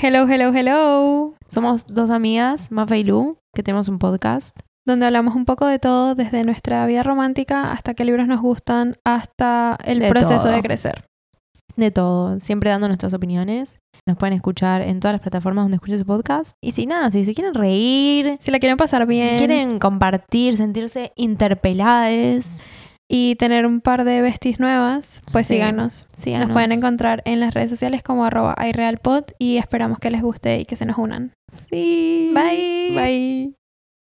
Hello, hello, hello. Somos dos amigas, Mafe y Lu, que tenemos un podcast. donde hablamos un poco de todo, desde nuestra vida romántica hasta qué libros nos gustan, hasta el De proceso todo. de crecer. De todo, siempre dando nuestras opiniones. Nos pueden escuchar en todas las plataformas donde escuchen su podcast. Y si nada, si se quieren reír, Si la quieren pasar bien si quieren compartir, sentirse interpeladas, y tener un par de vestis nuevas, pues Sí. síganos. síganos. Nos pueden encontrar en las redes sociales como arroba iRealPod y esperamos que les guste y que se nos unan. Sí. Bye. Bye.